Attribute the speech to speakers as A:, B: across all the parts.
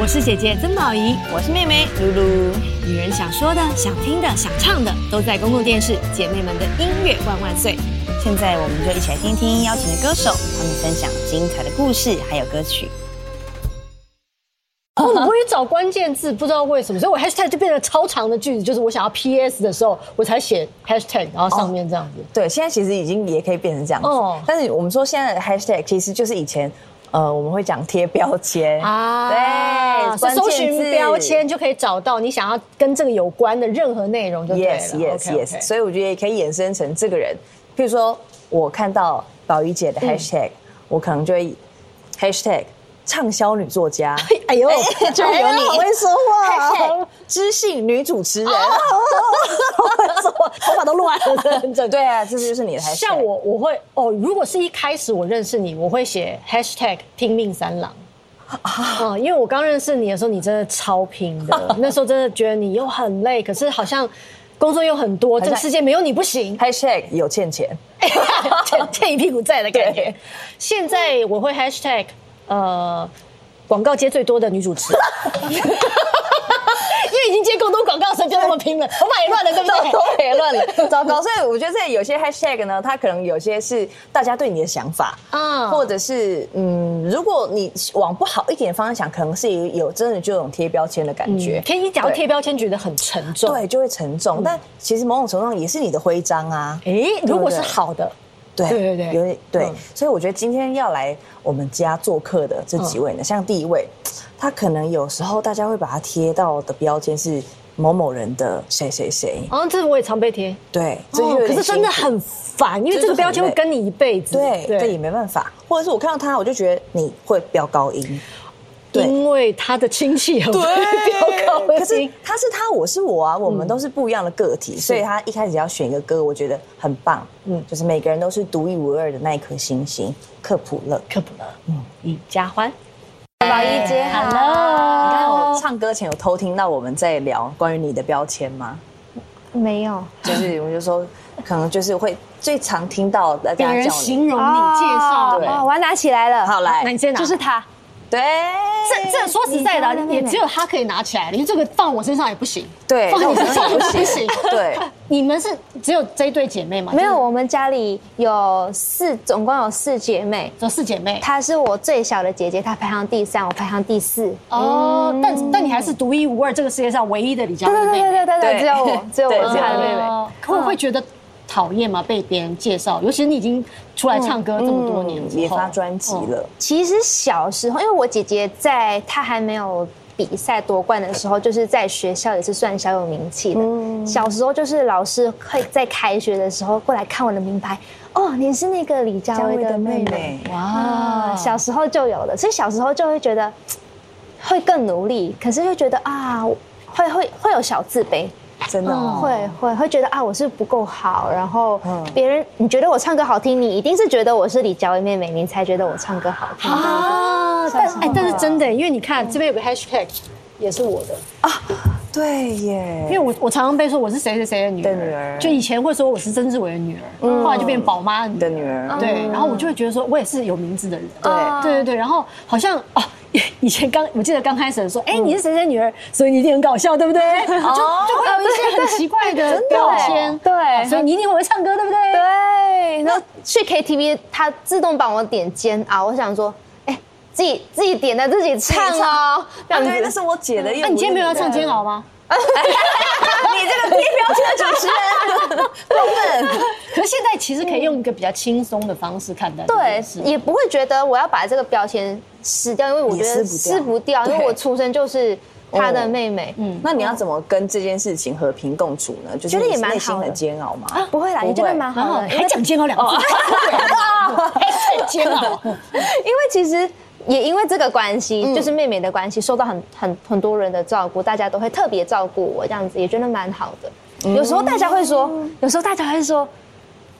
A: 我是姐姐曾宝仪，
B: 我是妹妹露露。
A: 女人想说的、想听的、想唱的，都在公共电视。姐妹们的音乐万万岁！
B: 现在我们就一起来听听邀请的歌手，他们分享精彩的故事还有歌曲。
C: 哦我不会找关键字，不知道为什么，所以我 hashtag 就变成超长的句子，就是我想要 PS 的时候，我才写 hashtag，然后上面这样子。
D: 对，现在其实已经也可以变成这样子。
C: 哦
D: 但是我们说现在的 hashtag 其实就是以前，呃，我们会讲贴标签
C: 啊，
D: 对，
C: 所以
D: 关
C: 搜
D: 键
C: 寻
D: 字
C: 标签就可以找到你想要跟这个有关的任何内容就对了。
D: Yes, yes,
C: OK，OK
D: yes。所以我觉得也可以衍生成这个人，譬如说我看到宝仪姐的 hashtag，、我可能就会 hashtag 畅销女作 家，
C: 哎呦，
D: 就有你
C: 哎呦
D: 说
C: hashtag
D: 知性女主持人， 会说头发都乱了，
C: 真的
D: 对啊，这就是你的 hashtag。
C: 像我，我会哦，如果是一开始我认识你，我会写 hashtag 拼命三郎。
D: 啊
C: 嗯，因为我刚认识你的时候，你真的超拼 的，那时候真的觉得你又很累，可是好像工作又很多，这个世界没有你不行，
D: hashtag 有欠钱，
C: 欠欠一屁股债的感觉
D: 对。
C: 现在我会 hashtag 呃广告接最多的女主 持，因为已经接够多广告，所以不要那么拼了，头发也乱了，对不
D: 都
C: 对
D: 都？别乱了，糟糕！所以我觉得这有些 hashtag 呢，它可能有些是大家对你的想法
C: 啊
D: 啊，或者是嗯，如果你往不好一点的方向想，可能是有有真的就有种贴标签的感觉。
C: 贴嗯一讲到
D: 对
C: 贴标签，觉得很沉重。
D: 对，就会沉重，但其实某种程度上也是你的徽章啊。
C: 诶，
D: 对
C: 哎如果是
D: 对
C: 好的，
D: 对
C: 对对对
D: 有点对
C: 嗯，
D: 所以我觉得今天要来我们家做客的这几
C: 嗯
D: 位呢，像第一位，他可能有时候大家会把他贴到的标签是某某人的谁谁谁，
C: 哦，这我也常被贴。
D: 对，这就有
C: 哦
D: 点
C: 可是真的
D: 辛苦
C: 很烦，因为这个标签会跟你一辈子。
D: 对，这也没办法。或者是我看到他，我就觉得你会飙高音，对
C: 因为他的亲戚很会飙高
D: 可是
C: 音。
D: 他是他，我是我啊，我
C: 嗯
D: 们都是不一样的个体，所以他一开始要选一个歌，我觉得很棒，嗯，就是每个人都是独一无二的那一颗星星，克普勒。
C: 科普了，嗯，李佳欢，哎
D: 宝仪姐好，你
E: 哦
D: 刚
C: ，Hello，
D: 有唱歌前有偷听到我们在聊关于你的标签吗？
E: 没有，
D: 就是我们就说，可能就是会最常听到大家叫你，
C: 容
D: 对
E: 哦我要拿起来了。
D: 好来
C: 那你先拿。
E: 就是他，
D: 对，
C: 这这说实在
E: 你
C: 的，
E: 看
C: 也只有他可以拿起来，因为这个放我身上也不行，
D: 对
C: 放你身上也不
D: 放我身上
C: 行
D: 也不行。对，
C: 你们是只有这一对姐妹吗？
E: 没有，，我们家里有四，总共有四姐妹，
C: 有四姐妹。
E: 她是我最小的姐姐，她排行第三，我排行第四。
C: 哦，但但你还是独一无二，这个世界上唯一的李佳
E: 对
C: 欢
E: 对
C: 妹妹。
E: 对对对对，
D: 对
E: 只有我，只有
D: 对
E: 我是她的
D: 对
E: 妹妹。
C: 哦会不会觉得讨厌吗？被别人介绍，尤其是你已经出来唱歌这么多年之后，
D: 也发专辑了，
E: 其实小时候，因为我姐姐在她还没有比赛夺冠的时候，就是在学校也是算小有名气的。小时候就是老师会在开学的时候过来看我的名牌，哦，你是那个李佳
D: 佳
E: 薇
D: 薇
E: 的
D: 的
E: 妹
D: 妹
E: 妹
D: 妹。
E: 啊，小时候就有了，所以小时候就会觉得会更努力，可是就觉得啊，会会会有小自卑，
D: 真的哦
E: 会会会觉得啊，我是不够好，然后别人你觉得我唱歌好听，你一定是觉得我是李佳薇妹妹，你才觉得我唱歌好听。
C: 啊。但哎，但是真的，因为你看这边有个 hashtag。也是我的，嗯
D: 对耶，
C: 因为我我常常被说我是谁谁谁的女儿，
D: 的女儿
C: 就以前会说我是曾志伟的女儿，后来就变宝妈
D: 的
C: 的女
D: 女
C: 儿，
D: 儿，
C: 对，然后我就会觉得说我也是有名字的人，
D: 哦对
C: 对对对，然后好像哦，以前刚我记得刚开始的时候，
D: 嗯
C: 哎、你是谁谁女儿，所以你一定很搞笑，对 不对？就
D: 哦
C: 就会有一些很奇怪的标
D: 哎
C: 签，
E: 对
C: 哦所以你一定很会唱歌，对不对？
E: 对，然后去 KTV，它自动帮我点煎熬，我想说，哎，自己自己点的自己唱哦，这
D: 啊
E: 样
D: 对，那
E: 子。
D: 是我姐的，
C: 嗯那、
D: 那
C: 你今天没有要唱煎熬吗？
D: 你这个地标签主 持人，过分。
C: 可是现在其实可以用一个比较轻松的方式看待这
E: 对
C: 件
D: 嗯
C: 事，
E: 也不会觉得我要把这个标签撕掉，因为我觉得
D: 也撕
E: 撕
D: 不
E: 不掉，因为
D: 对
E: 我出生就是他的妹妹，嗯，
D: 那你要怎么跟这件事情和平共处呢？就是
E: 觉得也蛮
D: 内
E: 好
D: 心
E: 的
D: 很煎熬嘛。
E: 不会啦，你真的蛮
C: 然
E: 好
C: 后
E: 的，因
C: 还
E: 为
C: 讲煎熬两个字，
D: 哦
C: 还讲煎熬，
E: 因为其实。也因为这个关系，就是妹妹的关系，受到很很很多人的照顾，大家都会特嗯别照顾我，这样子也觉得蛮好的。有时候大家会说，有时候大家会说，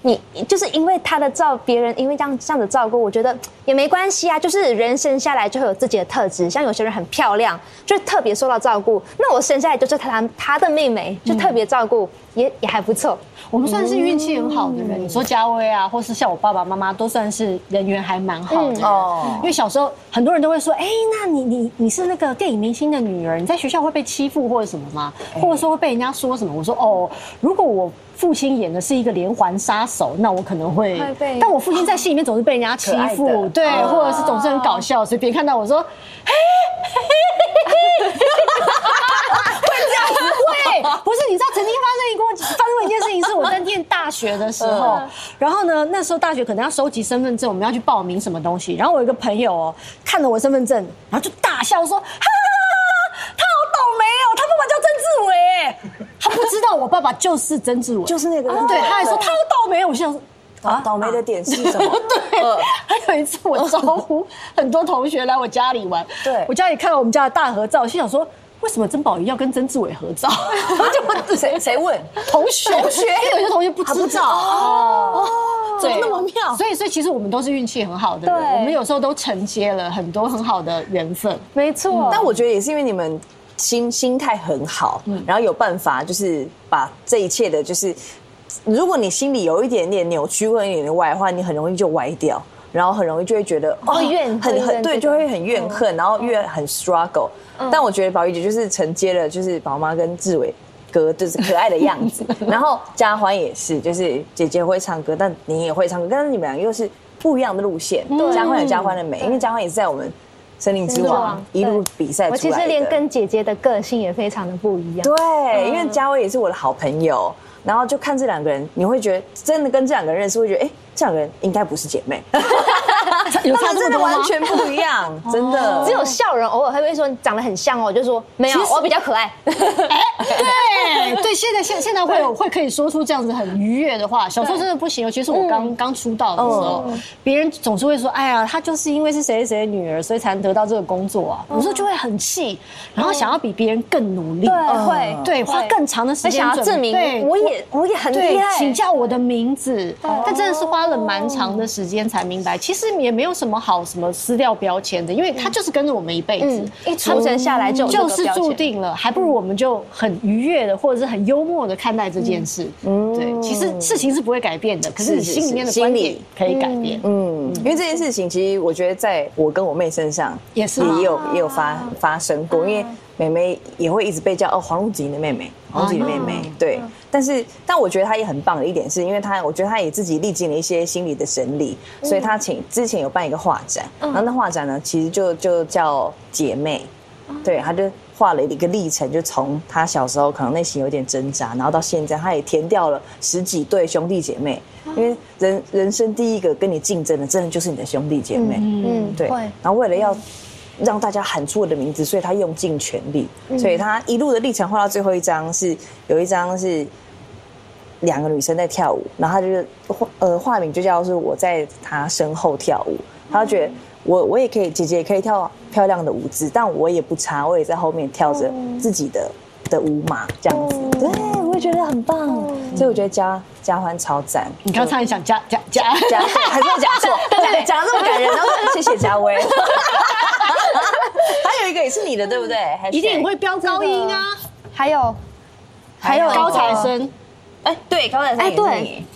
E: 你就是因为他的照，别人因为这样这样子照顾，我觉得也没关系啊。就是人生下来就会有自己的特质，像有些人很漂亮，就特别受到照顾。那我生下来就是他他的妹妹，就特别照顾，也也还不错。
C: 我们算是运气很好的人。
D: 哦
C: 你说嘉威啊，或是像我爸爸妈妈，都算是人缘还蛮好的人。
E: 嗯
D: 哦
C: 因为小时候很多人都会说，哎、那你你你是那个电影明星的女儿，你在学校会被欺负或者什么吗？或者说会被人家说什么？我说哦，如果我父亲演的是一个连环杀手，那我可能会
E: 会被
C: 但我父亲在戏里面总是被人家欺
D: 可爱
C: 负
D: 的，哦
C: 对，或者是总是很搞笑，所以别人看到我说，对，不是，你知道曾经发生过发生过一件事情，是我在念大学的时候，然后呢，那时候大学可能要收集身份证，我们要去报名什么东西，然后我有一个朋友哦，看了我身份证，然后就大笑说，哈哈哈哈，他好倒霉哦，他爸爸叫曾志伟，哎他不知道我爸爸就是曾志伟，
D: 就是那个
C: 啊对，他还说他好倒霉，我心想说。
D: 啊，倒霉的点是什么？
C: 对，还有一次我招呼很多同学来我家里玩，
D: 对
C: 我家里看到我们家的大合照，我心想说。为什么曾宝仪要跟曾志伟合照？就谁
D: 谁问？
C: 同学？同学？因为有些同学不
D: 啊
C: 知道哦，对，那么妙。所以，所以其实我们都是运气很好的人，
E: 对
C: 我们有时候都承接了很多很好的缘分。
E: 没错，
D: 但我觉得也是因为你们心心态很好，然后有办法就是把这一切的，就是如果你心里有一点点扭曲或者有一点点歪的话，你很容易就歪掉。然后很容易就会觉得
E: 会怨会
D: 很
E: 怨
D: 很对，
E: 这
D: 就
E: 种
D: 会很怨恨，然后越很 struggle。但我觉得宝仪姐就是承接了，就是宝妈跟志伟哥就是可爱的样子，然后嘉欢也是，就是姐姐会唱歌，但你也会唱歌，但是你们俩又是不一样的路线。嘉欢有嘉欢的美，因为嘉欢也是在我们森林之
E: 之
D: 王
E: 王
D: 一路
E: 对
D: 比赛出来
E: 我
D: 的。
E: 其实连跟姐姐的个性也非常的不一样。
D: 对，因为嘉威也是我的好朋友，然后就看这两个人，你会觉得真的跟这两个人认识，会觉得哎、这两个人应该不是姐妹，
C: 有
D: 他
C: 差
D: 们
C: 这么
D: 真的
C: 多吗
D: 完？全不一样， 真的。
E: 只有笑容，偶尔还会说你长得很像哦，我就说没有，我比较可爱。
C: 对对，现在现现在会有会可以说出这样子很愉悦的话，小时候真的不行，尤其是我刚刚出道的时候，别人总是会说，哎呀，她就是因为是谁谁谁的女儿，所以才能得到这个工作啊，有时候就会很气，然后想要比别人更努力，
E: 对，会
C: 对，花更长的时
E: 会
C: 间
E: 想要
C: 准备
E: 证明
C: 对
E: 我也我也很厉
C: 对，
E: 害，
C: 请叫我的名字，但真的是花了蛮长的时间才明白，其实也没有什么好什么撕掉标签的，因为他就是跟着我们一辈子
E: 嗯，一出生下来就有这个
C: 就是
E: 标签
C: 注定了，还不如我们就很愉悦的或者是很幽默的看待这件事。
E: 嗯
C: 对，其实事情是不会改变的，可是你
D: 是是
C: 心里面的
D: 是
C: 观
D: 心
C: 点
D: 里
C: 可以改变。
D: 嗯，因为这件事情，其实我觉得在我跟我妹身上
C: 也是
D: 也有也有发发生过，因为妹妹也会一直被叫哦黄璐子莹的妹妹，黄璐子莹的妹妹，对。但是，但我觉得她也很棒的一点是，因为她我觉得她也自己历经了一些心理的整理，所以她请之前有办一个画展，然后那画展呢，其实就就叫姐妹，对，她就。画了一个历程，就从她小时候可能内心有点挣扎，然后到现在，她也填掉了十几对兄弟姐妹，因为人人生第一个跟你竞争的，真的就是你的兄弟姐妹。
E: 嗯
D: 对，
E: 会
D: 然后为了要让大家喊出我的名字，所以他用尽全力，所以他一路的历程画到最后一张是有一张是两个女生在跳舞，然后他就是画呃画名就叫是我在他身后跳舞，他就觉得我我也可以，姐姐也可以跳漂亮的舞姿，但我也不差，我也在后面跳着自己的的舞码这样子，对我也觉得很棒，所以我觉得嘉嘉欢超赞，
C: 你刚才也想加加 加，
D: 讲还是要讲错，哎讲讲这么感人，然后说谢谢嘉威。还有一个也是你的，对不对？还是
C: 一定会飙高音啊，
E: 还有
D: 还有
C: 高材生
D: 哎，对，高材生
E: 哎
D: 也是
E: 对
D: 你，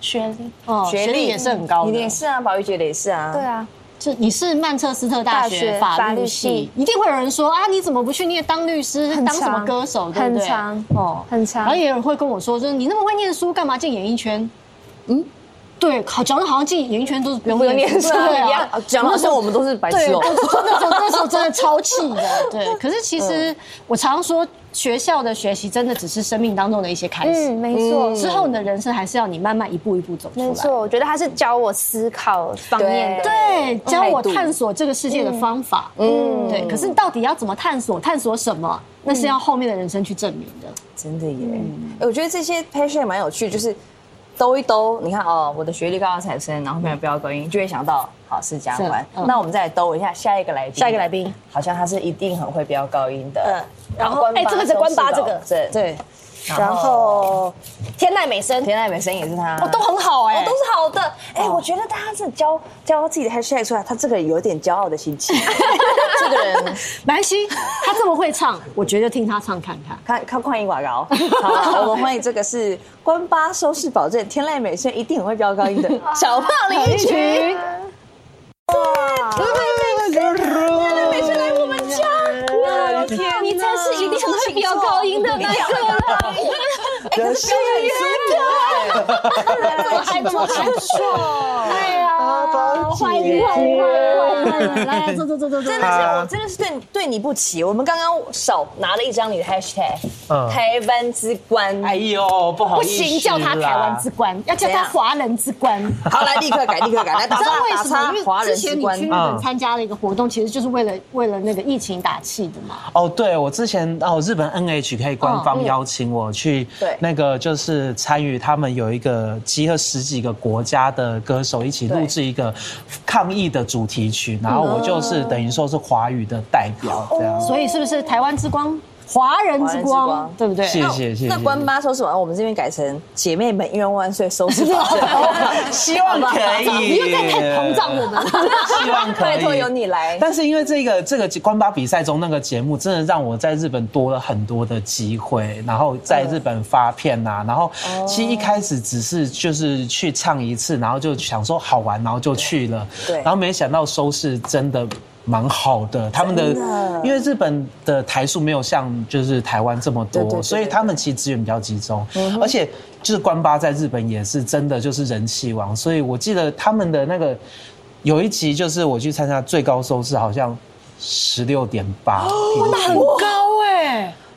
E: 学历，
C: 哦，学历也是很高
D: 你
C: 的，
D: 的也是啊，宝玉姐的也是啊，
E: 对，啊，
C: 是你是曼彻斯特大
E: 大
C: 学
E: 学
C: 法
E: 法
C: 律
E: 律
C: 系
E: 系，
C: 一定会有人说啊，你怎么不去念当律师，
E: 很
C: 当什么
E: 长
C: 歌手，对不对？
E: 很长
C: 哦
E: 很长
C: 然后也有人会跟我说，就是你那么会念书，干嘛进演艺圈？嗯，对，好，讲的好像进演艺圈都是不用念书
D: 不用念书
C: 对
D: 一样
C: 啊
D: 啊，讲得好像我们都是白痴
C: 对，
D: 哦
C: 我那时候那时候真的超气的，对。可是其实我常说，学校的学习真的只是生命当中的一些开始
E: 嗯，，没错，
C: 之后你的人生还是要你慢慢一步一步走出来。
E: 没错，我觉得他是教我思考方面的，
C: 对，教我
D: 态度
C: 探索这个世界的方法。嗯，
D: 嗯
C: 对。可是到底要怎么探索？探索什么？那是要后面的人生去证明的。嗯
D: 真的耶。哎我觉得这些 passion 蛮有趣，就是兜一兜，你看哦，我的学历高到产生，然后没有标高音，就会想到好是加宽。
C: 是嗯
D: 那我们再来兜一下下一个来宾，
C: 下一个来宾，
D: 好像他是一定很会飙高音的。
C: 嗯然后哎这个是关八这个
D: 对对，
C: 对，然后天籁美声，
D: 田奈美声也是他，
C: 哦，都很好哎、
D: 哦都是好的。哎，我觉得大家这教教自己的 hashtag 出来，他这个人有点骄傲的 心情。这个人
C: 南希，他这么会唱，我觉得听他唱看看。
D: 看看宽一寡饶。好，我们欢迎这个是关八收视保证，天籁美声一定很会飙高 音的小胖林依群。美声来我们家，哇，天，
E: 你才是一定很会飙高音的那一个啦！
F: 呃啊
D: 可是原来怎么还这么害
C: 哎欢迎欢迎欢迎欢迎，来坐坐坐坐坐。
D: 真的是
F: 啊
D: 我真的是对对你不起，我们刚刚少拿了一张你的 hashtag，、
F: 嗯
D: 台湾之冠。
F: 哎呦，不好
A: 不
F: 意思啦，
A: 行，叫他台湾之冠，要叫
D: 怎
A: 他
D: 样
A: 华人之冠。
D: 好，来立刻改，立刻 改，来打
C: 你知道
D: 叉
C: 为
D: 打
C: 什么？
D: 叉，
C: 因
D: 华
C: 为
D: 人
C: 之
D: 之
C: 前你
D: 冠
F: 啊
C: 去日。
F: 嗯
C: 本参加了一个活动，其实就是为了为了那个疫情打气的嘛。
F: 哦，对，我之前哦，日本 NHK 官方邀请我去，
D: 对
F: 那个就是参与他们有一个集合十几个国家的歌手一起录制一个抗疫的主题曲，然后我就是等于说是华语的代表这样。
C: 所以是不是台湾之光，华人之
D: 华人之
C: 光
D: 光，
C: 对不对？
F: 谢谢谢谢。
D: 那关八收视完，我们这边改成姐妹们愿万岁收视保证，
F: 希 望可以，
C: 你又在太膨胀我们。
F: 希望可以，
D: 拜托由你来
F: 但是因为这个这个关巴比赛中那个节目，真的让我在日本多了很多的机会，然后在日本发片呐、然后其实一开始只是就是去唱一次，然后就想说好玩，然后就去了，
D: 对
F: 然后没想到收视真的。蛮好的，他们的
D: 真的
F: 因为日本的台数没有像就是台湾这么
D: 对对对
F: 多，
D: 对嗯
F: 所以他们其实资源比较集中，而且就是关八在日本也是真的就是人气王，所以我记得他们的那个有一集就是我去参加最高收视好像十六点八，
D: 哦
C: 那很高
D: 欸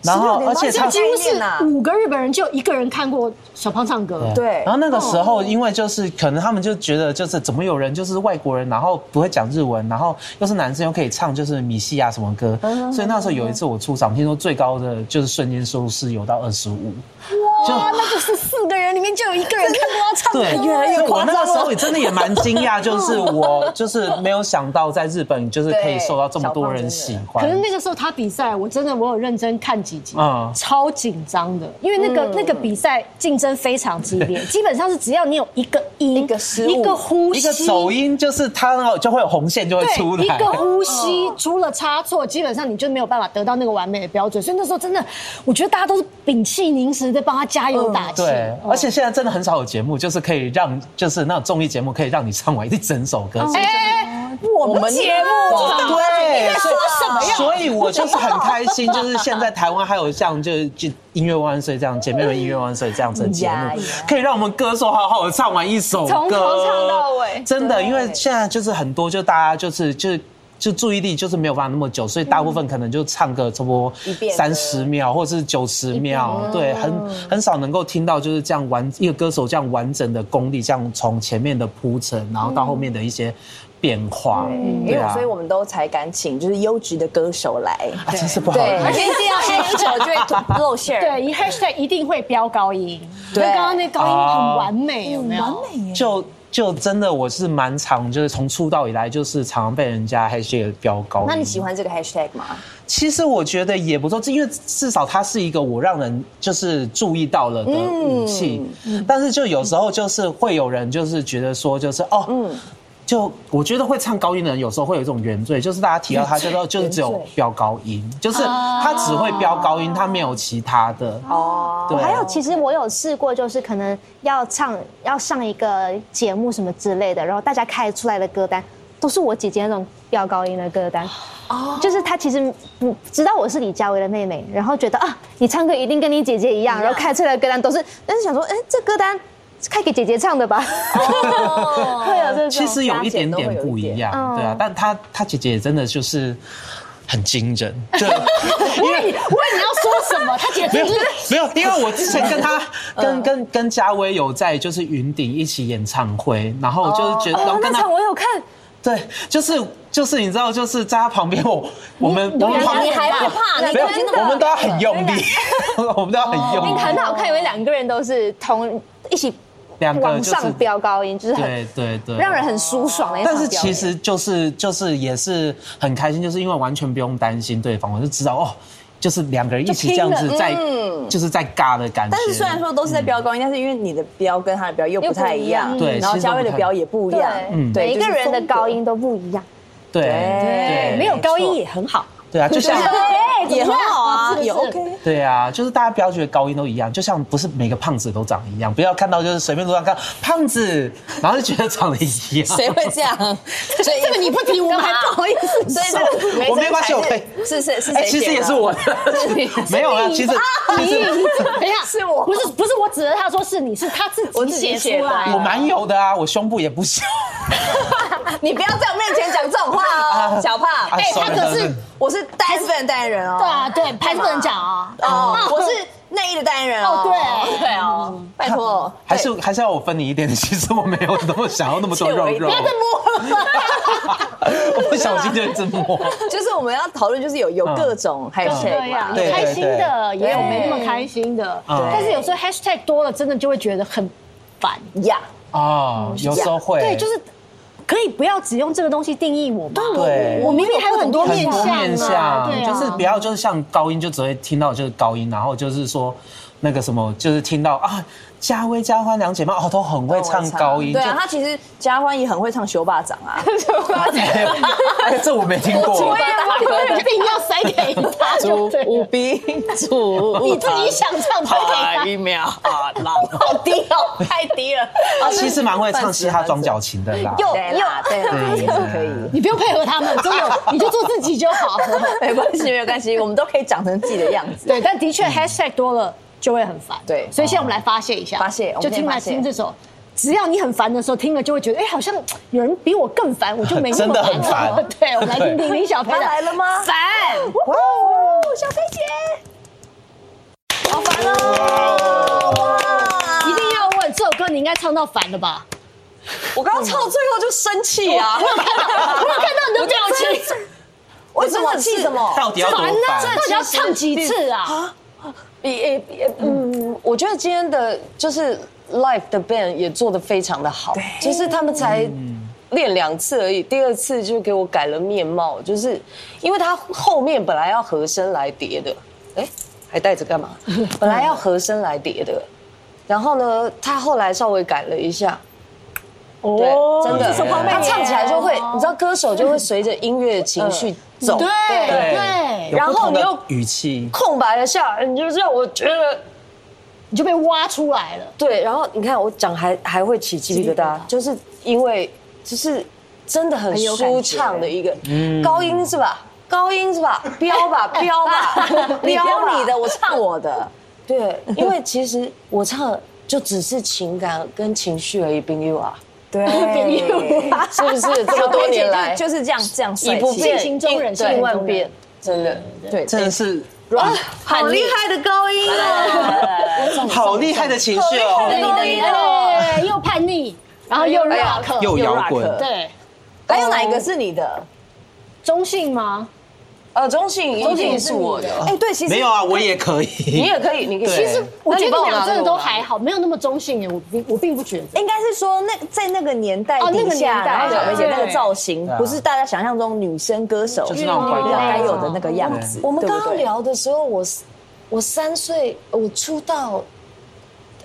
C: 哎、
F: 然后
D: 16.8
F: 而且
C: 这
F: 他
C: 几乎是
D: 啊
C: 五个日本人就一个人看过小胖唱歌。
D: 对
F: 然后那个时候，因为就是可能他们就觉得，就是怎么有人就是外国人，然后不会讲日文，然后又是男生又可以唱就是米西亚什么歌，
D: 嗯
F: 所以那时候有一次我出场，听说最高的就是瞬间收视有到二十五，哇，那个是四个人里面就有一个人看过他唱 歌，对，越来越
C: 哦
F: 我那个时候也真的也蛮惊讶，就是我就是没有想到在日本就是可以受到这么多人喜欢
C: 可是，那个时候他比赛，我真的我有认真看几集，
F: 嗯
C: 超紧张的，因为那
D: 嗯
C: 个、那个比赛竞争非常激 烈，基本上是只要你有一个音、
D: 一个失误
C: 一个呼吸、
F: 一个走音就是它那个就会有红线就会出
C: 对，
F: 来，
C: 一个呼吸
D: 嗯
C: 出了差错，基本上你就没有办法得到那个完美的标准。所以那时候真的，我觉得大家都是屏气凝神在帮他加油打气。
F: 对，而且现在真的很少有节目，就是可以让，就是那种综艺节目可以让你唱完一整首歌。所以
D: 我们节目
F: 对，所以所以我就是很开心，就是现在台湾还有像就是就音乐万岁这样，姐妹们音乐万岁这样子的节目
D: 呀呀，
F: 可以让我们歌手好好的唱完一首歌，
E: 从头唱到尾
F: 真的，
D: 对
F: 因为现在就是很多，就大家就是就是。就注意力就是没有办法那么久，所以大部分可能就唱个差不多
D: 嗯一遍
F: 三十秒或者是九十秒，对，很很少能够听到就是这样完一个歌手这样完整的功力，这样从前面的铺陈，然后到后面的一些变化，
D: 因
F: 对
D: 为
F: 啊
D: 哎所以我们都才敢请就是优质的歌手来，
F: 啊真是不好
D: 对，
F: 意
D: 而
F: 思。
D: 且一定要先一首就会露馅儿，
C: 对，一 hashtag 一定会飙高音，就
D: 对嗯
C: 刚刚那高音很完美，有没有？
F: 就就真的我是蛮常，就是从出道以来，就是常常被人家 hashtag 标高。
D: 那你喜？欢这个 hashtag 吗？
F: 其实我觉得也不错，因为至少它是一个我让人就是注意到了的武器。但是就有时候就是会有人就是觉得说就是哦，就我觉得会唱高音的人有时候会有一种原罪，就是大家提到他就说就是只有飙高音，就是他只会飙高音，他没有其他的。
D: 哦，
F: 对，啊
E: 还有，其实我有试过，就是可能要唱要上一个节目什么之类的，然后大家开出来的歌单都是我姐姐那种飙高音的歌单。哦，就是她其实不知道我是李佳薇的妹妹，然后觉得啊，你唱歌一定跟你姐姐一样，然后开出来的歌单都是，但是想说，哎，这歌单是开给姐姐唱的吧？ 会有这种。
F: 其实有一点点不一样，对啊，但她她姐姐也真的就是很惊人，就因为
C: 我以为你要说什么，他姐
F: 没
C: 姐
F: 有
C: 就是
F: 没有，因为我之前跟她跟跟跟嘉威有在就是云顶一起演唱会，然后就是觉得然后跟她
C: 我有看，
F: 对，就是就是你知道就是在她旁边我我们我们旁
D: 你还害怕？你
F: 没有，我们都要 很用力，我们都要很用力，
E: 很好看，因为两个人都是同一起。
F: 两个
E: 往
F: 就是
E: 上飙高音，就是很
F: 对对对，
E: 让人很舒爽的一场
F: 但
E: 表
F: 是
E: 演。
F: 其实就是就是也是很开心，就是因为完全不用担心对方，我就知道哦，就是两个人一起这样子在就是在尬的感觉。
D: 但是虽然说都是在飙高音，但是因为你的飙跟他的飙又不太一样，
E: 又
F: 嗯不一样对
D: 然后
F: 其实
D: 嘉
F: 都不
D: 威的
F: 太嗯
D: 飙也不一
E: 对
D: 样，，对
E: 每一
D: 就
E: 个
D: 是
E: 人的
D: 风格
E: 高音都不一样。
F: 对
D: 对
C: 没有高
D: 没
C: 音
D: 错
C: 也很 好，
F: 对啊，就像
D: 也很好啊，也
C: 是不是
D: OK。
F: 对啊，就是大家不要觉得高音都一样，就像不是每个胖子都长一样，不要看到就是随便路上看胖子，然后就觉得长得一样。
D: 谁会这样？ 所以这个你不提，我们还不好意思。所以这个
F: 我没关
D: 才是
F: 系我可以
D: 是是是
F: 哎，
D: 谁写的？
F: 其实也
C: 啊
F: 是我的， 没有啊，其实其实
C: 等一下，
D: 是 我
C: 不是不是我指着他说是你，是他自
D: 我
C: 己
D: 自己
C: 写
D: 写
C: 出
D: 的
C: 来
F: 我蛮有的啊，我胸部也不小
D: 你不要在我面前讲这种话哦，小胖。
F: 啊
D: 哎，
F: sorry，
C: 他可是
F: sorry
D: 我是代言人代言人哦。
C: 对啊，对，还是不能讲啊。
D: 哦，我是内衣的代言人哦。
C: 哦对
D: 对哦，拜托，
F: 还是还是要我分你一点， 其实我没有那么想要那么多
D: 欠
F: 肉
D: 我一
F: 肉
D: 点，
F: 我不小心就一直 摸。
D: 就是我们要讨论，就是有有各种
C: 对
D: hashtag
C: 呀，
D: 嘛。
F: 嗯对
C: 有开心的，
F: 对
C: 也有没那么开心的。
F: 嗯
C: 但是有时候 hashtag 多了，真的就会觉得很烦。
D: 呀，
F: 哦，有时候会，
C: 对，就是可以不要只用这个东西定义我嘛。
F: 对
C: 我明明还有很多面
F: 很多
C: 向
F: 面
C: 啊，
F: 相
C: 对，
F: 就是
C: 啊。
F: 不要就是像高音就只会听到就是高音，然后就是说那个什么，就是听到啊，嘉威、嘉欢两姐妹哦都很会唱高音，
D: 对
F: 就
D: 啊，他其实嘉欢也很会唱修霸掌啊，
F: 哎 哎这我没听过。
C: 我 一定要塞给他 就对了，
D: 兵主，
C: 你自己想唱才给他。
D: 一秒啊，浪好低哦，太低 了。
F: 他啊其实蛮会唱嘻哈装脚琴的啦，
D: 对啦，对啦，也是可以。
C: 你不用配合他们，真 的，你就做自己就好。
D: 没关系，没有关系，我们都可以长成自己的样子。
C: 对，但的确 hashtag 多了就会很烦。
D: 嗯对
C: 所以现在我们来发泄一下，
D: 发泄我
C: 就
D: 们先
C: 听来
D: 发泄
C: 听这首。只要你很烦的时候，听了就会觉得，哎，好像有人比我更烦，我就 没那么
F: 真的很
C: 了
F: 烦
C: 对，我们来听听林小培
D: 他
C: 的
D: 来了吗？
C: 烦。
D: 哇哦，小飞姐，好烦哦！
C: 一定要问这首歌，你应该唱到烦了吧？
D: 我刚刚唱到最后就生气啊！
C: 我有看到你的表情，
D: 为什么气什么？
F: 到底要多
C: 烦啊呐、
F: 烦
C: 到？底要唱几次啊？
G: 也也也嗯，我觉得今天的就是 live 的 band 也做的非常的好，就是他们才练两次而已，第二次就给我改了面貌，就是因为他后面本来要和声来叠的，哎，还带着干嘛？本来要和声来叠的，然后呢，他后来稍微改了一下，
C: 哦
G: 真的，
F: 是胖妹
G: 他唱起来就会，你知道歌手就会随着音乐情绪走，
C: 对对，
F: 有
G: 然
F: 不
G: 后
F: 同
G: 你
F: 的
G: 又
F: 语气，
G: 空白了下，来，你就让我觉得。
C: 你就被挖出来了。
G: 对，然后你看我讲还还会起鸡皮疙瘩，就是因为就是真的很舒畅的一个
C: 嗯
G: 高音是吧？高音是吧？飙吧，飙吧，
D: 你
G: 飙
D: 飙
G: 吧
D: 你的，我唱我的。
G: 对，因为其实我唱就只是情感跟情绪而已，Bing You 啊，
D: 对，
G: 是不是？这么多年来
D: 就是这样这样
G: 以
D: 帅
G: 不
D: 气。
G: 变
C: 性情中人
G: 应
C: 性情中
G: 对
C: 人
G: 万变，真的对，
F: 真的是
G: 好厉害的高音 哦，
F: 好厉害的情绪
C: 对
F: 哦，
C: 对对，又叛逆，然哎后又 rock，
F: 又摇滚，
C: 对
D: 还有哪一个是你的？
C: 中性吗？
G: 呃，中性一定是我的，
D: 哎，对，其实
F: 没有啊，我也可以，
G: 你也可以，你可以。
F: 对其实
C: 我觉得
G: 那
C: 你
G: 帮
C: 们
G: 我拿
C: 俩真的
G: 那个
C: 都
G: 我拿
C: 还好，没有那么中性耶，我并我并不觉得。
D: 应该是说那在那个年代
C: 哦那
D: 底
C: 个
D: 下，
C: 年代
D: 然后小梅姐
C: 对
D: 那个造型
F: 对啊，
D: 不是大家想象中女生歌手
F: 就是那种乖乖
D: 该有的那个样子。
G: 我们
D: 对不
G: 刚刚
D: 对
G: 聊的时候，我我三岁，我出道，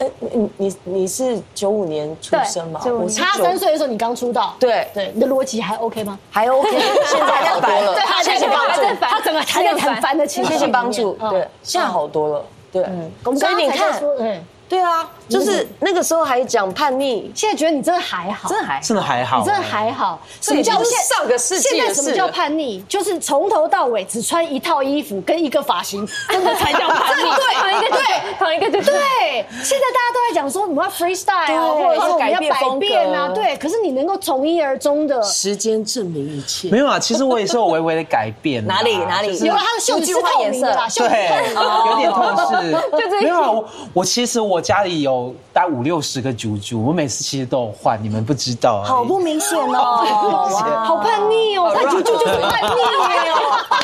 G: 呃，你你你是九五年出生嘛？我是
C: 他
G: 九
C: 三岁的时候，你刚出道，
G: 对
C: 对，你的逻辑还 OK 吗？
G: 还 OK，现在好多了，
C: 谢谢帮助，他整个呃还在很烦的情绪，
G: 谢谢帮助，对，
D: 嗯
G: 现在好多了，对，
C: 我们
G: 所
C: 刚嗯刚
G: 以你
C: 才在
G: 看，
C: 说，嗯对，
G: 对啊，就是那个时候还讲叛逆，
C: 现在觉得你真的还好，
G: 真的还
F: 真的还好，哦
C: 你
F: 欸
C: 真的还好。什么
G: 已经
C: 叫
G: 是
C: 现
G: 上个世纪
C: 现在
G: 的
C: 什么
G: 事
C: 叫
G: 了
C: 叛逆？就是从头到尾只穿一套衣服跟一个发型，真的才叫叛逆。对，同一个对，同一个对。对，现在大家都在讲说我们要 freestyle 啊，
G: 对
C: 或者说我们要
G: 改变
C: 百
G: 风格
C: 变啊，对。可是你能够从一而终的，
G: 时间证明一切。
F: 没有啊，其实我也是有微微的改变啊啦。
D: 哪里哪里
F: 就是
C: 有了他的袖子是透明的啦，袖子是透
F: 对
C: 明，的。
F: 有点透视。
C: 这一
F: 没有啊，我我其实我家里有大概五六十个啾啾，我每次其实都有换，你们不知道而已。
D: 好不明显哦，哇
C: 好叛逆哦！
G: 好
C: 他觉
G: 出去就是叛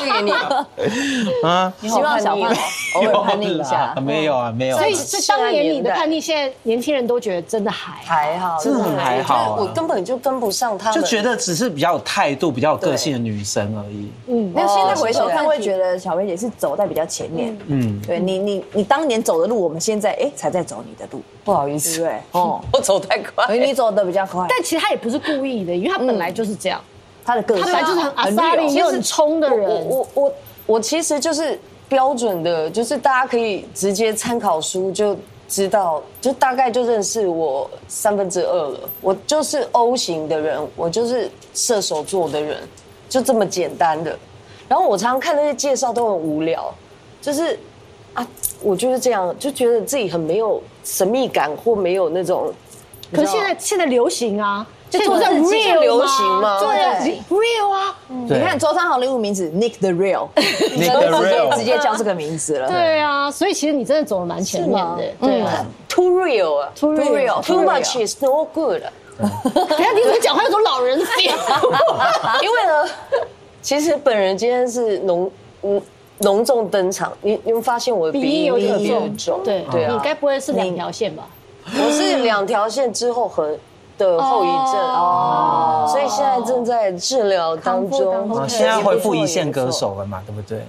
G: 逆哦，对你，
F: 啊，
G: 希望小胖
D: 偶尔叛逆一
F: 有啊
D: 下
F: 啦， 没有啊，没有啊。
C: 所以
G: 这
C: 这
G: 是
C: 当年
G: 年
C: 你的
G: 代
C: 叛逆，现在年轻人都觉得真的还好
G: 还好，
F: 真的很还好啊
G: 我觉得我根本就跟不上他们，
F: 就觉得只是比较有态度、比较有个性的女生而已。
D: 没有，
F: 啊
C: 哦
D: 现在回头看会觉得小梅姐是走在比较前面。
F: 嗯，
D: 对你，你，你当年走的路，我们现在哎才在走你的路，
G: 不好意
D: 对
G: 思，
D: 不对？哦，
G: 我走太快，
D: 哎你走的比较快，
C: 但其实他也不是故意的，因为他本来就是这样，
D: 他的啊个
C: 他
D: 性
G: 哎
C: 本来就是很阿
D: 很
C: 萨利
D: 绿
C: 又很冲的
G: 我
C: 人。
G: 我我我其实就是标准的，就是大家可以直接参考书就知道，就大概就认识我三分之二了。我就是 O 型的人，我就是射手座的人，就这么简单的。然后我常常看那些介绍都很无聊，就是啊，我就是这样，就觉得自己很没有神秘感或没有那种。
C: 可是现在现在流行啊，就
G: 现在
C: 做在
G: 日记
C: real
G: 就流行嘛
C: 对啊
D: 对
C: ，real 啊，
F: 对，
D: 你看周汤豪的英文名字 Nick the Real，
F: Nick the
D: 真的直接
F: Real
D: 直接叫这 个名字了。
C: 对啊，所以其实你真的走的蛮前面的，对啊。
G: Too real 啊
D: Too
G: too
D: real, too
G: much is no good 啊。
C: 等一下你怎么讲话有种老人 feel？
G: 啊因为呢， 其实本人今天是隆嗯隆重登场，你你们发现我 的
C: 鼻
G: 鼻
C: 音
G: 音
C: 有
G: 鼻音
C: 点
G: 很
C: 重，
G: 重，
C: 对
G: 对啊
C: 你该不会是两条线吧？
G: 我是两条线之后和的后遗症哦，所以现在正在治疗当
E: 康复当
G: 中
E: 中。
F: 啊现在恢复一线歌手了嘛，对不对？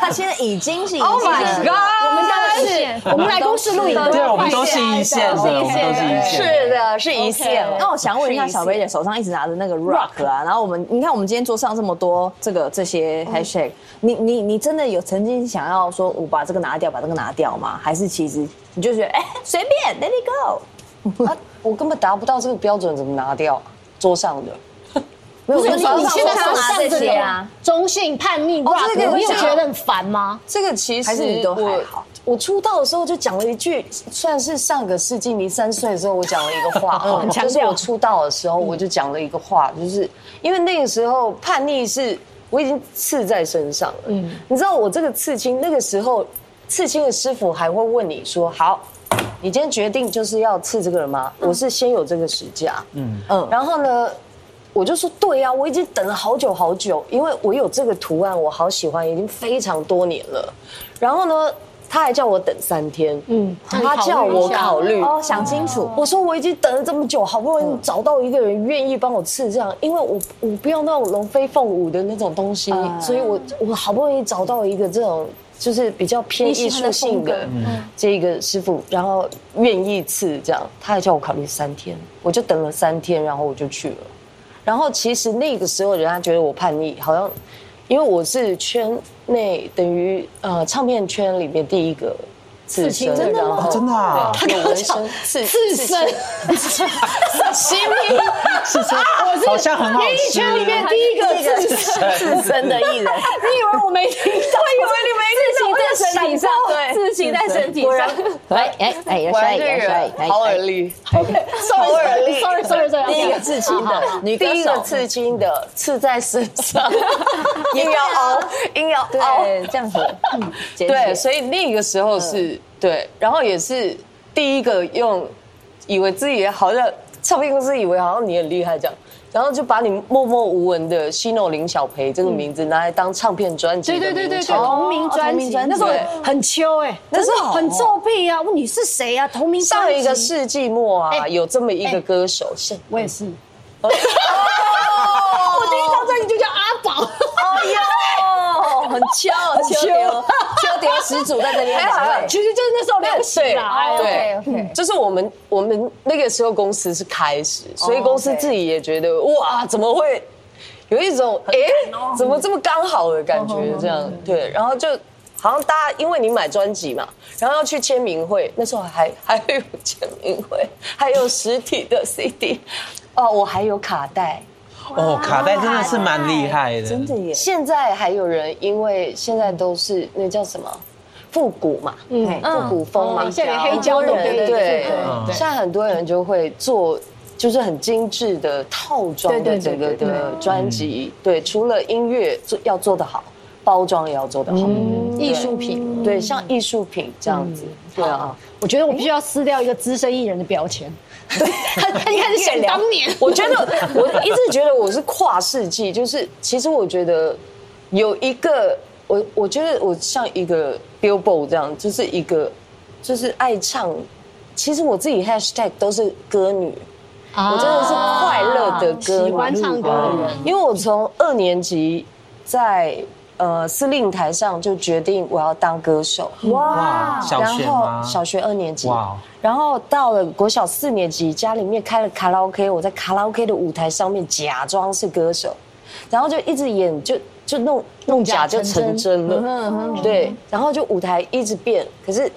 D: 他现在已经是 Oh
G: my god！
C: 我们当然是，我们来公司录影都
F: 对啊，
C: 要
F: 我们
C: 换
F: 都是一线的，我们都是一线。
G: 是的，是一线。
D: 那我想问一下，小薇姐手上一直拿着那个 rock 啊，然后我们，你看我们今天桌上这么多这个这些 hashtag，你你你真的有曾经想要说我把这个拿掉，把这个拿掉吗？还是其实你就觉得哎随便 let it go？
G: 啊我根本达不到这个标准，怎么拿掉啊？桌上的
D: 没有，
C: 不是你
D: 你
C: 你现在
D: 手上拿
C: 上
D: 这些啊，，
C: 中性叛逆 rock，
G: 这个
C: 你有
G: 这个
C: 觉得很烦吗？
G: 这个其实
D: 还是你都还
G: 我
D: 好。
G: 我出道的时候就讲了一句，算是上个世纪，你三岁的时候我讲了一个 话，哦
C: 强
G: 就
C: 调
G: 是我出道的时候我就讲了一个话，就是因为那个时候叛逆是我已经刺在身上了，嗯，你知道我这个刺青，那个时候刺青的师傅还会问你说，好，你今天决定就是要刺这个了吗？
D: 嗯
G: 我是先有这个实价，嗯嗯，然后呢？我就说对呀、我已经等了好久好久，因为我有这个图案，我好喜欢，已经非常多年了。然后呢，他还叫我等三天，嗯，他叫我考虑。
D: 哦，想清楚，
G: 我说我已经等了这么久，好不容易找到一个人愿意帮我刺这样，因为我我不要那种龙飞凤舞的那种东西，所以我我好不容易找到一个这种就是比较偏艺术性的这个师傅，然后愿意刺这样，他还叫我考虑三天，我就等了三天，然后我就去了。然后其实那个时候，人家觉得我叛逆，好像因为我是圈内等于呃唱片圈里面第一个刺青，真的
F: 哦真的啊
G: 有纹身，刺
C: 自身，
G: 新品，
F: 是是， 好像很好吃。
C: 演艺圈里面第一个自身，
D: 自身的艺人，
C: 你以为我没听到？
E: 情在身体上，事情在身体 上。
B: 来，哎哎，要帅， 要帅，哎
G: 好耳力，
C: 我耳力，sorry sorry sorry，
D: 第一个刺青的女歌
G: 第一个
D: 手，
G: 刺青的刺在身 上， 硬要凹，硬要凹，
D: 啊对，这样子，嗯捡起来
G: 对，所以那个时候是对，然后也是第一个用，以为自己好像唱片公司以为好像你很厉害这样，然后就把你默默无闻的西诺林小培这个名字拿来当唱片专辑
C: 对
G: 的
C: 对对
G: 名
C: 对对，
G: 称
C: 同名专辑，那时候很秋哎，那时候很皱屁啊，问你是谁啊？同名
G: 上一个
C: 是，
G: 世纪末啊，
C: 哎
G: 有这么一个歌手， 是
C: 我也是。我第一张专辑就叫阿宝，
D: 哦，很秋，很秋丢，秋丢始祖在这边，
C: 哎其实就是那时候认识
G: 对
C: 啦。哎呦
G: 对嗯就是我们我们那个时候公司是开始，所以公司自己也觉得哇，怎么会有一种哎、
C: 哦
G: 诶怎么这么刚好的感觉
C: 嗯
G: 这样？对，然后就。好像大家因为你买专辑嘛，然后要去签名会，那时候还 还有签名会，还有实体的 CD，哦，我还有卡带，
F: 哦，卡带真的是蛮厉害的，
D: 真的耶，
G: 现在还有人，因为现在都是那叫什么复古嘛，嗯，复古风嘛，
C: 嗯现在连
G: 很
C: 黑胶
G: 多
C: 都可以
G: 人
C: 复古
G: 对
C: 嗯，
G: 现在很多人就会做。就是很精致的套装的整个的专辑，对，除了音乐做要做得好，包装也要做得好，
C: 嗯
G: 嗯
C: 艺术品。嗯
G: 对，像艺术品这样子，对啊，
C: 我觉得我必须要撕掉一个资深艺人的标签，他他一开始想当年，
G: 我觉得我一直觉得我是跨世纪，就是其实我觉得有一个我我觉得我像一个 Billboard 这样，就是一个就是爱唱。其实我自己 hashtag 都是歌女，我真的是快乐的歌
C: 啊喜
G: 女。
C: 欢唱歌的人。
G: 因为我从二年级在呃司令台上就决定我要当歌手，
F: 哇，小学
G: 然
F: 吗？
G: 后小学二年级，
F: 哇哦
G: 然后到了国小四年级，家里面开了卡拉 OK，我在卡拉 OK 的舞台上面假装是歌手，然后就一直演，就就弄弄假就成真了，对，然后就舞台一直变，可是。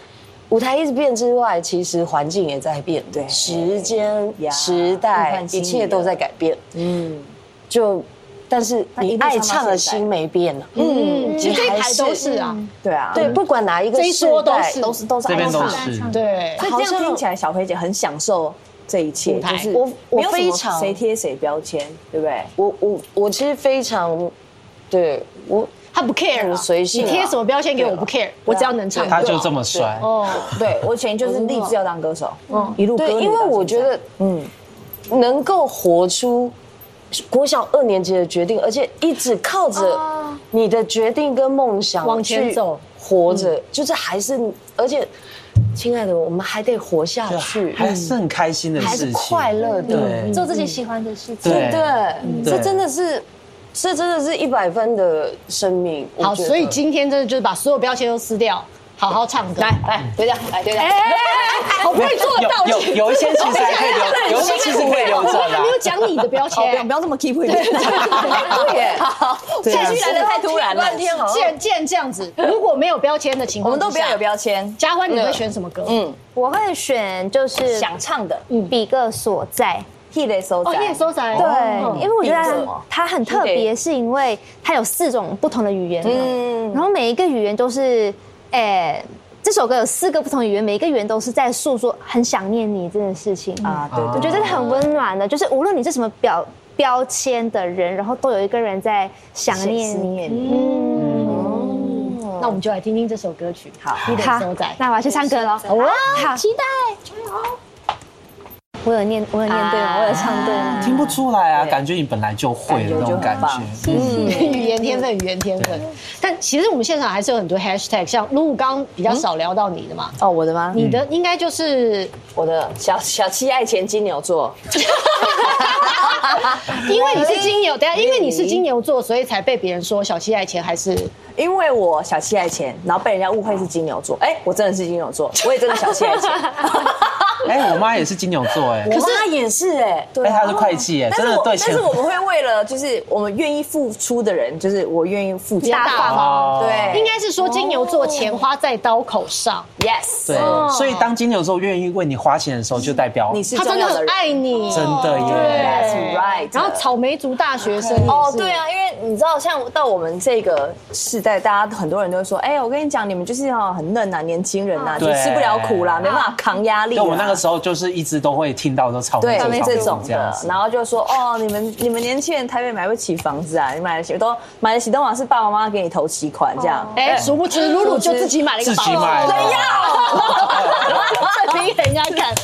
G: 舞台一直变之外，其实环境也在变，
D: 对
G: 时间、
D: 呀
G: 时代，
D: 换新
G: 一
D: 的
G: 切都在改变。
D: 嗯
G: 就，但是你爱唱的心没变啊。嗯，
C: 其实这一
G: 你还
C: 排都是啊，
D: 对啊，
G: 对，不管哪一个
C: 这一
G: 世
C: 桌都
G: 代
C: 是
B: 都是都是
F: 这
B: 爱
F: 边都
B: 唱，
F: 是。
C: 对，
D: 好像听起来小肥姐很享受这一切，
C: 舞台
D: 就是
G: 我我
D: 没有什么
G: 非常
D: 谁贴谁标签，对不对？
G: 我我我其实非常，对我
C: 他不 care
G: 很
C: 啊
G: 随性啊
C: 你贴什么标签给我我不 care，我只要能唱。
F: 他就这么帅，
C: 哦，
D: 对我以前就是立志要当歌手，嗯，一路歌
G: 对，
D: 女
G: 因为
D: 到
G: 我
D: 现在
G: 觉得，嗯，能够活出国小二年级的决定，而且一直靠着你的决定跟梦想
C: 往前
G: 去
C: 走
G: 活着，就是还是，而且，亲爱的，我们还得活下
F: 就
G: 去，
D: 嗯
F: 啊
G: 嗯
F: 还是很开心的
G: 还
F: 事
G: 是
F: 情，
G: 快乐的。嗯
F: 对
E: 做自己喜欢的事情。
F: 对
G: 对，
F: 对
G: 这真的是，这真的是一百分的生命。我
C: 好，
G: 觉得
C: 所以今天真的就是把所有标签都撕掉，好好唱歌。来来，
G: 对的，哎对的，
C: 好不容易做得到，
F: 有有有一些其实还可以留，有一些其实
E: 欸
F: 可以留着
C: 我还
F: 啦
C: 没。有讲你的标
D: 好，不要
C: 签
D: 不。要这么 keep 对啊耶，好，下去来的太突然了，
G: 半天好
C: 啊既
G: 像
C: 然既然这样子，如果没有标签的情
D: 我
C: 况
D: 们
C: 之下，
D: 都不要有标签，
C: 嘉欢，你会选什么歌？嗯，
E: 我会选就是
D: 想唱的，
E: 比个所在，
D: 替雷收
C: 哦，
D: 窄
C: 叶收哦仔，
E: 对，因为我觉
D: 比
E: 得它
D: 什
E: 很
D: 么
E: 它很特别，是因为它有四种不同的语言，嗯，然后每一个语言都是，诶，这首歌有四个不同语言，每一个语言都是在诉说很想念你这件事情
D: 啊，对
E: 我
D: 对
E: 觉得很温暖的，就是无论你是什么表标签的人，然后都有一个人在想念你。
G: 嗯
D: 念你，
C: 那我们就来听听这首歌曲。
D: 好
C: 你的收仔。
E: 那我要去唱歌了，好，啊期待，我有念，我有念对吗？我有唱对吗？
F: 听不出来啊，
D: 对
F: 感觉你本来就会的那种感
D: 感觉就很棒
F: 觉。
C: 嗯语言天分，语言天分。但其实我们现场还是有很多 hashtag，像卢武刚比较少聊到你的嘛，
D: 哦，我的吗？
C: 你
F: 嗯
C: 的应该就是
D: 我的小小七爱前金牛座，
C: 因为你是金牛，等一下因为你是金牛座，所以才被别人说小七爱钱还是
D: 因为我小七爱前，然后被人家误会是金牛座，哎，我真的是金牛座，我也真的小七爱前，
F: 哎，我妈也是金牛座，哎，
D: 可是他也是哎，对
F: 哎，她是会计，哎，
D: 但
F: 真
D: 是
F: 的
D: 我
F: 对
D: 哦但
F: 钱
D: 是我们会为了就是我们愿意付出的人，就是我愿意付出，
C: 大方
F: 哦
D: 对，
C: 应该是说金牛座钱花在刀口上，
D: 哦 yes，
F: 对，所以当金牛座愿意为你花钱的时候，就代表
D: 你是
C: 他真
D: 重
C: 的
D: 要的
C: 很
D: 人
C: 爱你。
F: 真的耶。啊
D: ，that's right，
C: 然后草莓族大学生也
D: 哦，
C: 是
D: 对，啊，因为你知道，像到我们这个世代，大家很多人都会说，哎、我跟你讲，你们就是哦很嫩啊，年轻人啊，就
F: 对
D: 吃不了苦啦，没办法扛压力、啊。
F: 对，我那个时候就是一直都会听到说草
D: 对
F: 莓族
D: 这
F: 草莓
D: 种
F: 族这样
D: 的，
F: 子。啊
D: 然后就说哦，你们你们年轻人台北买不起房子啊，你买得起都买得起，都往往是爸爸妈妈给你投期款这样。
C: 哎，殊不知露露就自己买了一个
F: 自
C: 包，
F: 己买的，
C: 证明给人家看。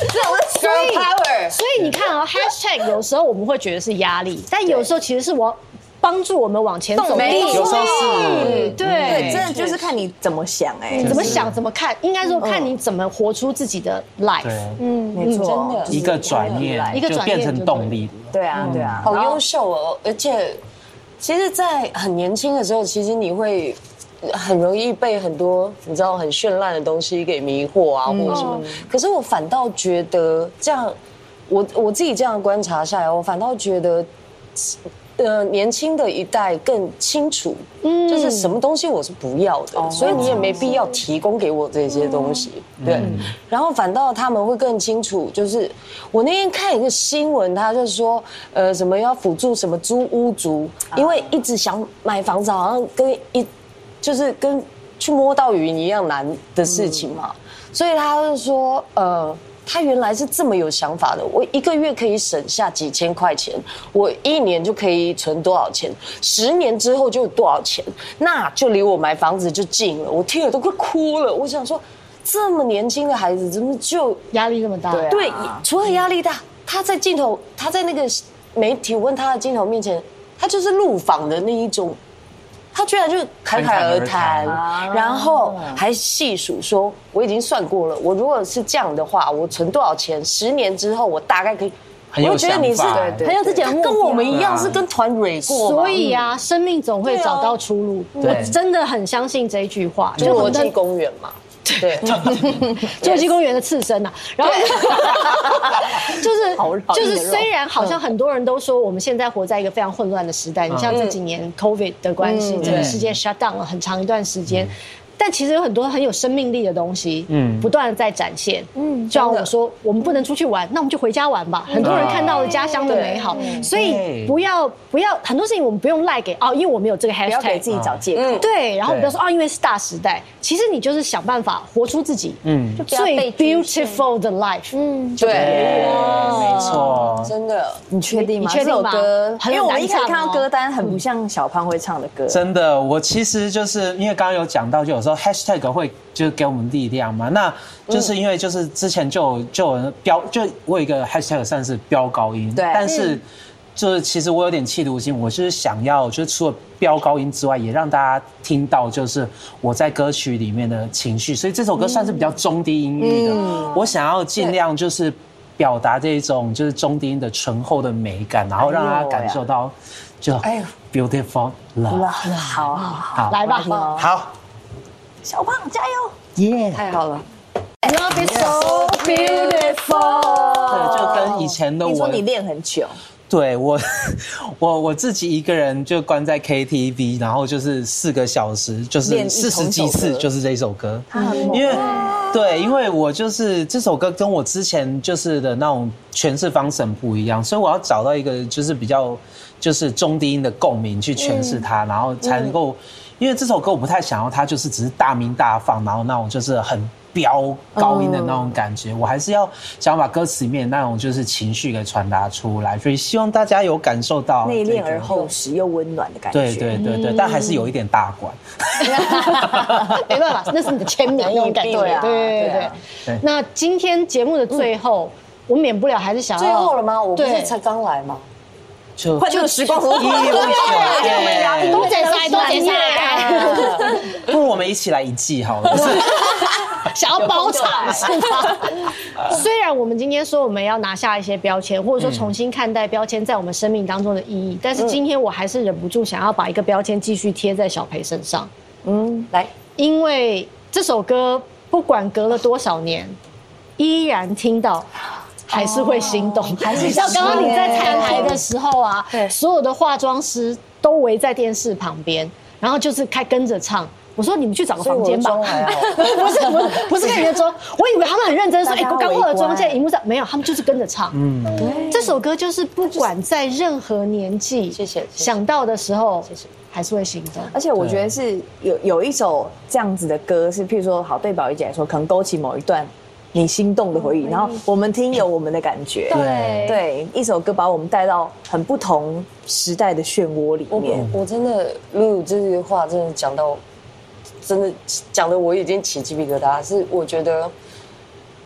D: 所以
C: 所以你看哦，hashtag 有时候我们会觉得是压力，但有时候其实是我帮助我们往前走的
D: 没
C: 力
F: 有时候是
C: 对对
D: 对，真的就是看你怎么想哎、
C: 你怎么想怎么看，应该说
D: 嗯
C: 看你怎么活出自己的 life。
F: 对，
D: 没错，
G: 真的
D: 就是
F: 一个嗯转念
C: 一个
F: 就
C: 转念
F: 变成动力。
D: 嗯对啊对啊，
G: 好优秀哦，而且其实，在很年轻的时候，其实你会。很容易被很多你知道很绚烂的东西给迷惑啊，或者什么。可是我反倒觉得这样，我我自己这样观察下来，我反倒觉得，呃，年轻的一代更清楚，就是什么东西我是不要的，所以你也没必要提供给我这些东西。对，然后反倒他们会更清楚，就是我那天看一个新闻，他就说，呃，什么要辅助什么租屋族，因为一直想买房子，好像跟一就是跟去摸到云一样难的事情嘛，所以他就说，呃。他原来是这么有想法的，我一个月可以省下几千块钱，我一年就可以存多少钱，十年之后就有多少钱，那就离我买房子就近了。我听了都快哭了，我想说，这么年轻的孩子怎么就
C: 压力这么大，
D: 对啊
G: 对，除了压力大，他在镜头，他在那个媒体问他的镜头面前，他就是录访的那一种，他居然就侃侃而谈
F: 侃侃而谈，
G: 然后还细数说，我已经算过了，我如果是这样的话，我存多少钱，十年之后我大概可以。
F: 很有
G: 我觉得你是
F: 想法
D: 对
F: 对
C: 很有自己的目标
G: 跟我们一样是跟团蕊过嘛，
C: 所以啊，生命总会找到出路。
F: 对
C: 我真的很相信这一句话，
G: 就
C: 我
G: 逻
C: 们
G: 辑
C: 的
G: 公园嘛，对，
C: 侏罗纪公园的刺身啊，然后 就是
D: 好好
C: 就
D: 硬的
C: 是，
D: 肉
C: 虽然好像很多人都说我们现在活在一个非常混乱的时
D: 嗯
C: 代，你像这几年 COVID 的关系，整个世界 shut down 了很长一段时
D: 嗯
C: 间。但其实有很多很有生命力的东西，嗯，
F: 嗯
C: 不断的在展现，嗯，就像我说，我们不能出去玩，那我们就回家玩吧。
D: 嗯
C: 很多人看到了家乡的美好，所以
F: 对
C: 不要不要很多事情我们不用赖给哦，因为我们有这个 hashtag，嗯
D: 不要给自己找借口。
C: 对，然后
F: 对
C: 不要说啊，因为是大时代，其实你就是想办法活出自己，嗯
F: 嗯，
C: 就
E: 不要
C: 最
E: 被局
C: beautiful 的 life。
E: 嗯，
G: 对，
F: 没错，
G: 真的，
D: 你确定吗？
C: 你确定吗
D: 这首歌，
C: 很
D: 因
C: 有
D: 为我们一开始
C: 难唱哦
D: 看到歌单，很不像小胖会唱的歌。
F: 真的，我其实就是因为刚刚有讲到，就有时候 hashtag 会就是给我们力量嘛。那就是因为就是之前就有就有人飙，就我有一个 hashtag 算是飙高音，
D: 对嗯
F: 但是。就是其实我有点企图心，我就是想要，就是除了飙高音之外，也让大家听到就是我在歌曲里面的情绪，所以这首歌算是比较中低音域的。
D: 嗯
F: 我想要尽量就是表达这种就是中低音的醇厚的美感，然后让大家感受到就
D: 啊哎呦
F: beautiful love。
D: 哇，好好好，
F: 好，
C: 来吧
F: 好，
C: 嗯
D: 小胖加油！
F: 耶！
G: 太好了。
C: ，Love is so beautiful。
F: 对，就跟以前的
D: 哦你说
F: 我，
D: 你练很久，
F: 对我， 我我自己一个人就关在 KTV，然后就是四个小时，就
D: 练一
F: 是四十几
D: 同首
F: 次，
D: 歌
F: 就是这首歌。因为对，因为我就是这首歌跟我之前就是的那种诠释方式很不一样，所以我要找到一个就是比较就是中低音的共鸣去诠释它，然后才能够，因为这首歌我不太想要它就是只是大鸣大放，然后那种就是很。飙高音的那种感觉，我还是要想把歌词里面那种就是情绪给传达出来，所以希望大家有感受到
D: 内
F: 这
D: 敛
F: 个
D: 而厚实又温暖的感
F: 对
D: 觉。
F: 对对对，但还是有一点大管。
C: 没办法，那是你的签名那种感觉。
D: 对
C: 对
D: 啊
C: 对
D: 对
C: 对
D: 啊
F: 对
C: 那今天节目的最后，我免不了还是想要
G: 最后了吗？我不
C: 对
G: 是才刚来吗？
F: 就
D: 换这个时光回
F: 一六九对
C: 都解塞，都解塞，
F: 不如我们一起来一季好了。就是
C: 想要包场是吗？ 虽然我们今天说我们要拿下一些标签，或者
F: 嗯
C: 说重新看待标签在我们生命当中的意义，但是今天我还是忍不住想要把一个标签继续贴在小裴身上，
G: 来，
C: 因为这首歌不管隔了多少年，依然听到。还是会心动，还是像刚刚你在彩排的时候啊，所有的化妆师都围在电视旁边，然后就是开跟着唱。我说你们去找个房间吧，
D: 啊
C: 不是不是不是跟人家装，我以为他们很认真说，哎，我刚化了妆，现在荧幕上没有，他们就是跟着唱。嗯，这首歌就是不管在任何年纪，
G: 谢谢谢谢
C: 想到的时候，还是会心动。
D: 而且我觉得是有有一首这样子的歌，是譬如说，好对宝仪姐来说，可能勾起某一段你心动的回
C: 嗯
D: 忆，然后我们听有我们的感觉。
F: 对
D: 对，一首歌把我们带到很不同时代的漩涡里
G: 我
D: 面。
G: 我真的露露这句话真的讲到，真的讲的我已经起鸡皮疙瘩。是我觉得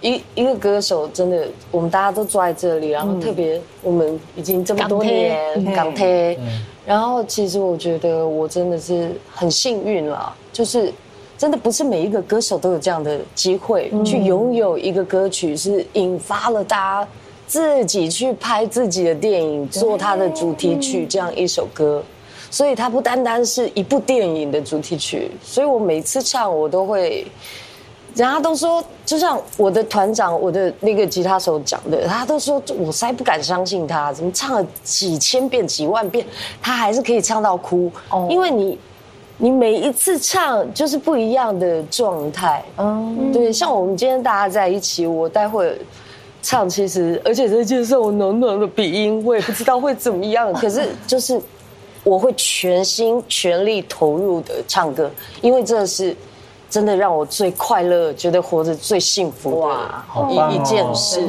G: 一一个歌手真的，我们大家都坐在这里，然后特别我们已经这么多年嗯港铁，
F: 嗯
G: 然后其实我觉得我真的是很幸运啦，就是。真的不是每一个歌手都有这样的机会、去拥有一个歌曲，是引发了大家自己去拍自己的电影，做他的主题曲这样一首歌。所以它不单单是一部电影的主题曲，所以我每次唱我都会，人家都说，就像我的团长，我的那个吉他手讲的，他都说我实在不敢相信他，怎么唱了几千遍、几万遍，他还是可以唱到哭，因为你。你每一次唱就是不一样的状态，嗯，对，像我们今天大家在一起，我待会儿唱，其实而且再加上我暖暖的鼻音，我也不知道会怎么样，可是就是我会全心全力投入的唱歌，因为这是真的让我最快乐，觉得活着最幸福
F: 好
G: 的
F: 棒哦
G: 一一件事。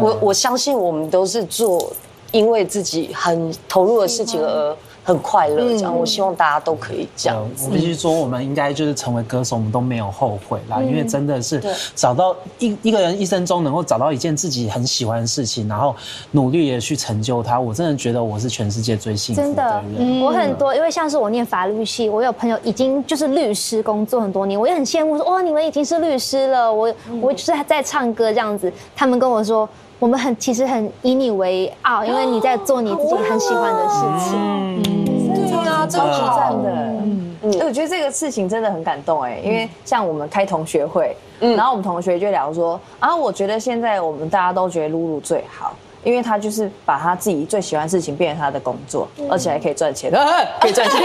G: 我我相信我们都是做因为自己很投入的事情而很快乐这
F: 嗯
G: 样。我希望大家都可以这样子。
F: 我必须说，我们应该就是成为歌手，我们都没有后悔啦，因为真的是找到一一个人一生中能够找到一件自己很喜欢的事情，然后努力的去成就它，我真的觉得我是全世界最幸福
E: 真
F: 的
E: 的嗯
F: 人。，
E: 我很多，因为像是我念法律系，我有朋友已经就是律师工作很多年，我也很羡慕说，哇，你们已经是律师了，我我就是在唱歌这样子。他们跟我说，我们很其实很以你为傲，因为你在做你自己很喜欢的事情。
F: 嗯
D: 对啊，这
F: 个好
D: 赞的。嗯，我觉得这个事情真的很感动哎，因为像我们开同学会，然后我们同学就聊说啊，我觉得现在我们大家都觉得露露最好。因为她就是把她自己最喜欢的事情变成她的工作，而且还可以赚 钱，可以赚钱。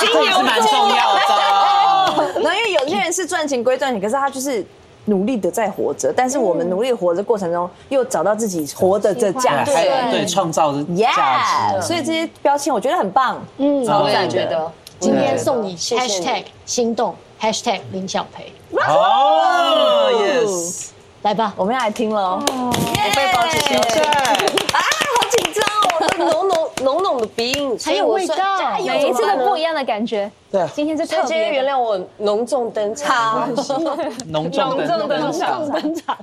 F: 这也是蛮重要的。
D: 然后因为有些人是赚钱归赚钱，可是他就是努力的在活着，但是我们努力地活着过程中又找到自己活的这价值
F: 哎对，还有对创造的价
D: ，Yeah，
F: 值，
D: 所以这些标签我觉得很棒，嗯，
G: 我也觉得。
C: 今天送你
G: 谢谢你
C: hashtag 心动 hashtag 林小培，
F: 哦，yes，
C: 来吧，
D: 我们要来听喽。
G: 我被包起来
D: 啊，好紧张哦！
G: 我的浓浓浓浓的鼻音，所以我
C: 味
G: 算
C: 道
G: 加油
E: 每一次都不一样的感觉。
F: 对
E: 今天是
G: 所以
E: 特
G: 今天
E: 别
G: 原
E: 的。
G: 谅我隆重登场，
F: 浓重的
G: 隆重登场。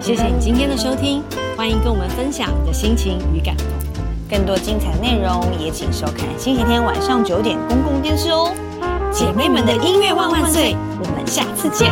A: 谢谢你今天的收听，欢迎跟我们分享你的心情与感动。
B: 更多精彩内容也请收看星期天晚上九点公共电视哦。
A: 姐妹们的音乐万万岁，我们下次见。